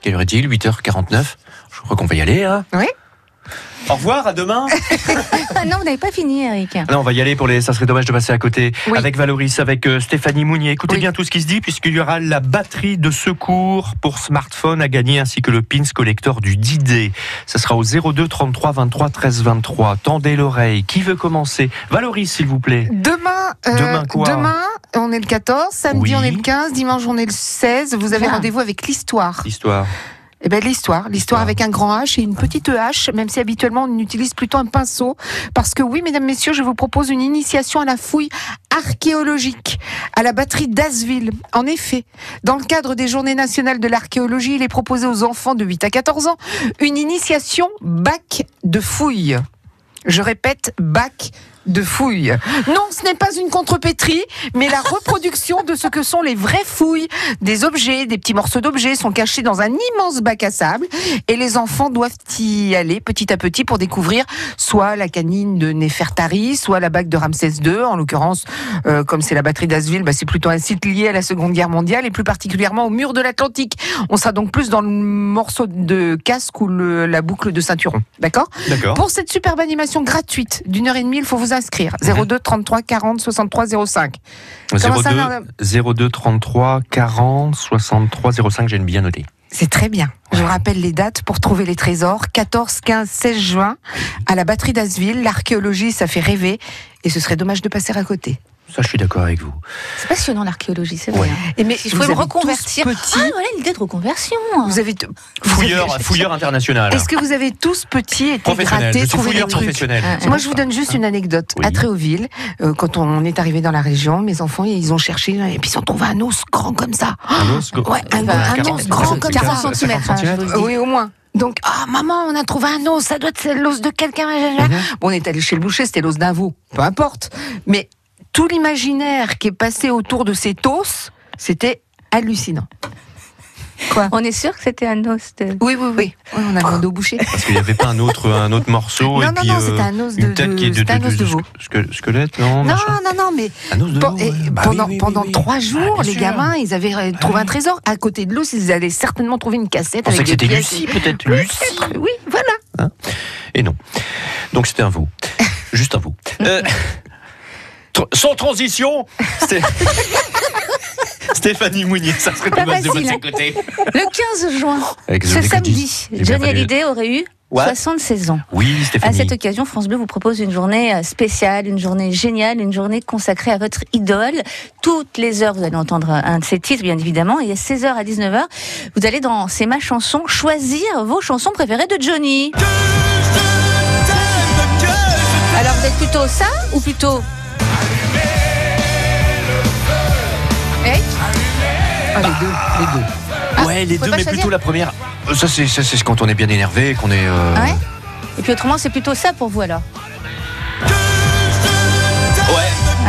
Quelle heure est-il 8h49. Je crois qu'on va y aller. Hein Oui. Au revoir, à demain. Ah non, vous n'avez pas fini, Eric. Ah non, on va y aller pour les. Ça serait dommage de passer à côté. Oui. Avec Valoris, avec euh, Stéphanie Mounier. Écoutez Oui. bien tout ce qui se dit, puisqu'il y aura la batterie de secours pour smartphone à gagner, ainsi que le pins collector du d Ça sera au 02 33 23 13 23. Tendez l'oreille. Qui veut commencer Valoris, s'il vous plaît. Demain, euh, Demain quoi demain, on est le 14, samedi Oui. on est le 15, dimanche on est le 16. Vous avez Ah. rendez-vous avec l'histoire. Histoire. Eh ben l'histoire, l'histoire L'histoire. avec un grand H et une petite EH, même si habituellement on utilise plutôt un pinceau, parce que oui, mesdames, messieurs, je vous propose une initiation à la fouille archéologique à la batterie d'Asville. En effet, dans le cadre des Journées nationales de l'archéologie, il est proposé aux enfants de 8 à 14 ans une initiation bac de fouille. Je répète, bac de fouille. Non, ce n'est pas une contrepétrie, mais la reproduction de ce que sont les vraies fouilles des objets, des petits morceaux d'objets sont cachés dans un immense bac à sable et les enfants doivent y aller petit à petit pour découvrir soit la canine de Néfertari, soit la bague de Ramsès II. En l'occurrence, euh, comme c'est la batterie d'Asville, bah, c'est plutôt un site lié à la Seconde Guerre mondiale et plus particulièrement au mur de l'Atlantique. On sera donc plus dans le morceau de casque ou le- la boucle de ceinturon. D'accord D'accord. Pour cette superbe animation gratuite d'une heure et demie, il faut vous inscrire. Mhm. 02 33 40 63 05. Comment ça, euh, 02, madame 02 33 40 63 05. J'aime bien noter. C'est très bien. Je vous rappelle les dates pour trouver les trésors. 14, 15, 16 juin à la batterie d'Asville. L'archéologie, ça fait rêver. Et ce serait dommage de passer à côté. Ça, je suis d'accord avec vous. C'est passionnant l'archéologie, c'est vrai. Ouais. hein. Et mais Il faut me avez tous reconvertir. petits- Ah, voilà l'idée de reconversion. vous avez t- vous Fouilleur, avez- fouilleur international. Est-ce que vous avez tous petits été Professionnel. grattés, je suis trouvé des fouilleur trucs Euh, professionnel. Ah, moi, je vous donne juste une anecdote. Oui. À Tréauville, euh, quand on est arrivé dans la région, mes enfants, ils ont cherché, et puis ils ont trouvé un os grand comme ça. Un os, go- euh, Ouais, Ah, un- bah, go- un os 40, grand c'est comme 40, ça. 50 centimètres, hein, je centimètres. vous Euh, Oui, au moins. Donc, ah, maman, on a trouvé un os, ça doit être l'os de quelqu'un. blablabla. Bon, on est allé chez le boucher, c'était l'os d'un veau, peu importe. Mais tout l'imaginaire qui est passé autour de cet os, c'était hallucinant. On est sûr que c'était un os de... Oui, oui, oui. Ah. Oui, on a demandé au boucher. Parce qu'il n'y avait pas un autre, un autre morceau. et non, non, puis, non, euh, c'était un os de, une tête qui est de, de, c'était un de- os de- de veau. sque- squelette, non, Non, machin. non, non, mais Un os de Pen- veau. et ouais. Bah oui, pendant, oui, oui, pendant oui. trois jours, bien les sûr. gamins, ils avaient euh, trouvé un trésor. À côté de l'os, ils allaient certainement trouver une Je cassette pensais avec que des c'était pièces. Lucie, peut-être Lucie. Oui, voilà. Et non. Donc c'était un veau. Juste un veau. Euh, tr- sans transition, c'était- Stéphanie Mounier, ça serait Pas dommage de facile, passer hein. côté. Le 15 juin, Avec ce The Big samedi, Goodies. Johnny Et bien, Hallyday aurait eu What 76 ans. ben, Oui, À Stéphanie. cette occasion, France Bleu vous propose une journée euh, spéciale, une journée géniale, une journée consacrée à votre idole. Toutes les heures, vous allez entendre euh, un de ses titres, bien évidemment, et à 16h à 19h, vous allez dans C'est ma chanson choisir vos chansons préférées de Johnny. Alors vous êtes plutôt ça ou plutôt Eric Ah, les deux, les deux. Ah, ouais, les faut deux, pas mais choisir plutôt la première. Euh, Ça, c'est ça, c'est quand on est bien énervé, qu'on est. euh, Ah Ouais. Et puis autrement, c'est plutôt ça pour vous alors. ouais.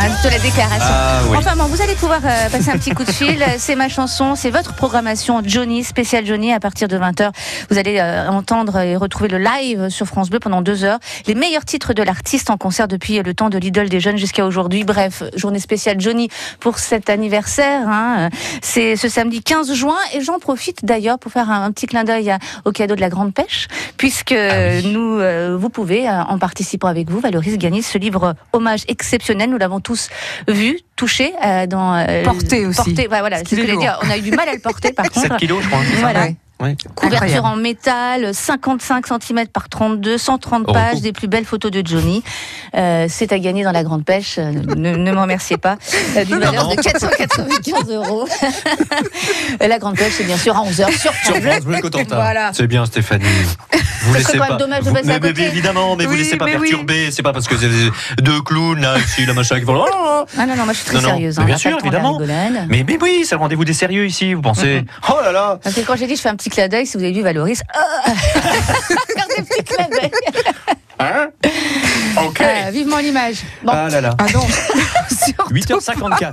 Ah, plutôt la déclaration. Ah oui. Enfin bon, vous allez pouvoir euh, passer un petit coup de fil. Euh, C'est ma chanson, c'est votre programmation Johnny, spécial Johnny à partir de 20h. Vous allez euh, entendre et retrouver le live sur France Bleu pendant deux heures. Les meilleurs titres de l'artiste en concert depuis le temps de l'idole des jeunes jusqu'à aujourd'hui. Bref, journée spéciale Johnny pour cet anniversaire. hein. C'est ce samedi 15 juin et j'en profite d'ailleurs pour faire un, un petit clin d'œil à- au cadeau de la Grande Pêche puisque Ah euh, nous, euh, vous pouvez, euh, en participant avec vous, Valoris, gagner ce livre hommage exceptionnel. Nous l'avons tous vu, touché, euh, dans euh, Porté aussi. porté, ouais, voilà, c'est ce qu'il que est j'allais dire. On a eu du mal à le porter, par 7 contre. kilos, je crois. c'est ça Voilà. Ouais. Ouais. Couverture Incroyable. en métal, 55 cm par 32, 130 Oh. pages, des plus belles photos de Johnny. Euh, c'est à gagner dans la grande pêche. euh, Ne, ne m'en remerciez pas. Euh, D'une Non, valeur non. de 495 euros. Euh, la grande pêche, c'est bien sûr à 11h sur Sur France Bleu. France Bleu Cotentin. Voilà. C'est bien Stéphanie. Vous Ça laissez serait quand pas. même dommage de vous- passer mais, à côté. mais évidemment, mais vous Oui, laissez pas mais oui. perturber. C'est pas parce que c'est deux clowns là, ici, la machin qui font. Ah non, non, moi je suis très Non, non, sérieuse. mais hein, bien on n'a sûr, pas le temps de la évidemment. rigolade. Mais, mais oui, c'est le rendez-vous des sérieux ici. Vous pensez Oh là là Parce que quand j'ai dit je fais un petit clin d'œil, si vous avez vu Valoris, ah faire des petits clins d'œil. Hein Ok. Ah, vivement l'image. Bon, Ah là là. Ah non. Surtout- 8h54.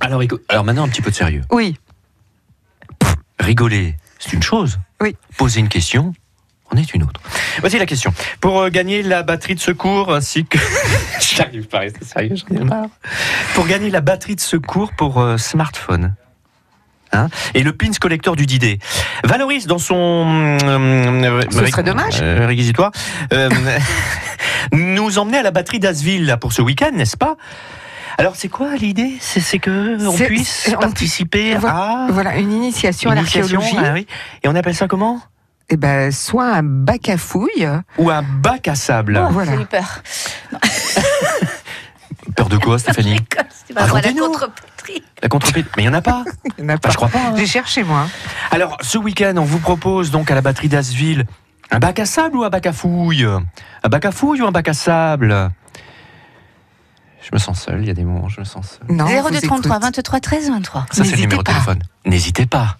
Alors, éco- alors maintenant, un petit peu de sérieux. Oui. Rigoler, c'est une chose. Oui. Poser une question. en est une autre. Voici la question. Pour euh, gagner la batterie de secours ainsi que. J'arrive pas à rester sérieux, j'en ai marre. Pour gagner la batterie de secours pour euh, smartphone, hein, et le pins collector du Didé. Valoris, dans son euh, Ce serait dommage. euh, réquisitoire, euh, nous emmenait à la batterie d'Asville là, pour ce week-end, n'est-ce pas Alors c'est quoi l'idée C'est c'est que on C'est- puisse c'est- on- participer à Voilà, une initiation à une initiation, l'archéologie. ah oui. Et on appelle ça comment Eh ben, soit un bac à fouilles. Ou un bac à sable. Oh, Voilà. J'ai eu peur. Peur de quoi, Stéphanie C'est pas vrai, la Racontez-nous. contrepétrie. La contre Mais il n'y en a pas. Il y en a Enfin, pas. je crois pas. hein. J'ai cherché, moi. Alors, ce week-end, on vous propose donc à la batterie d'Asville un bac à sable ou un bac à fouille Un bac à fouille ou un bac à sable Je me sens seul, il y a des moments, je me sens seul. Non, 02 vous 33 écoute. 23 13 23. Ça, c'est le N'hésitez numéro de pas. téléphone. N'hésitez pas.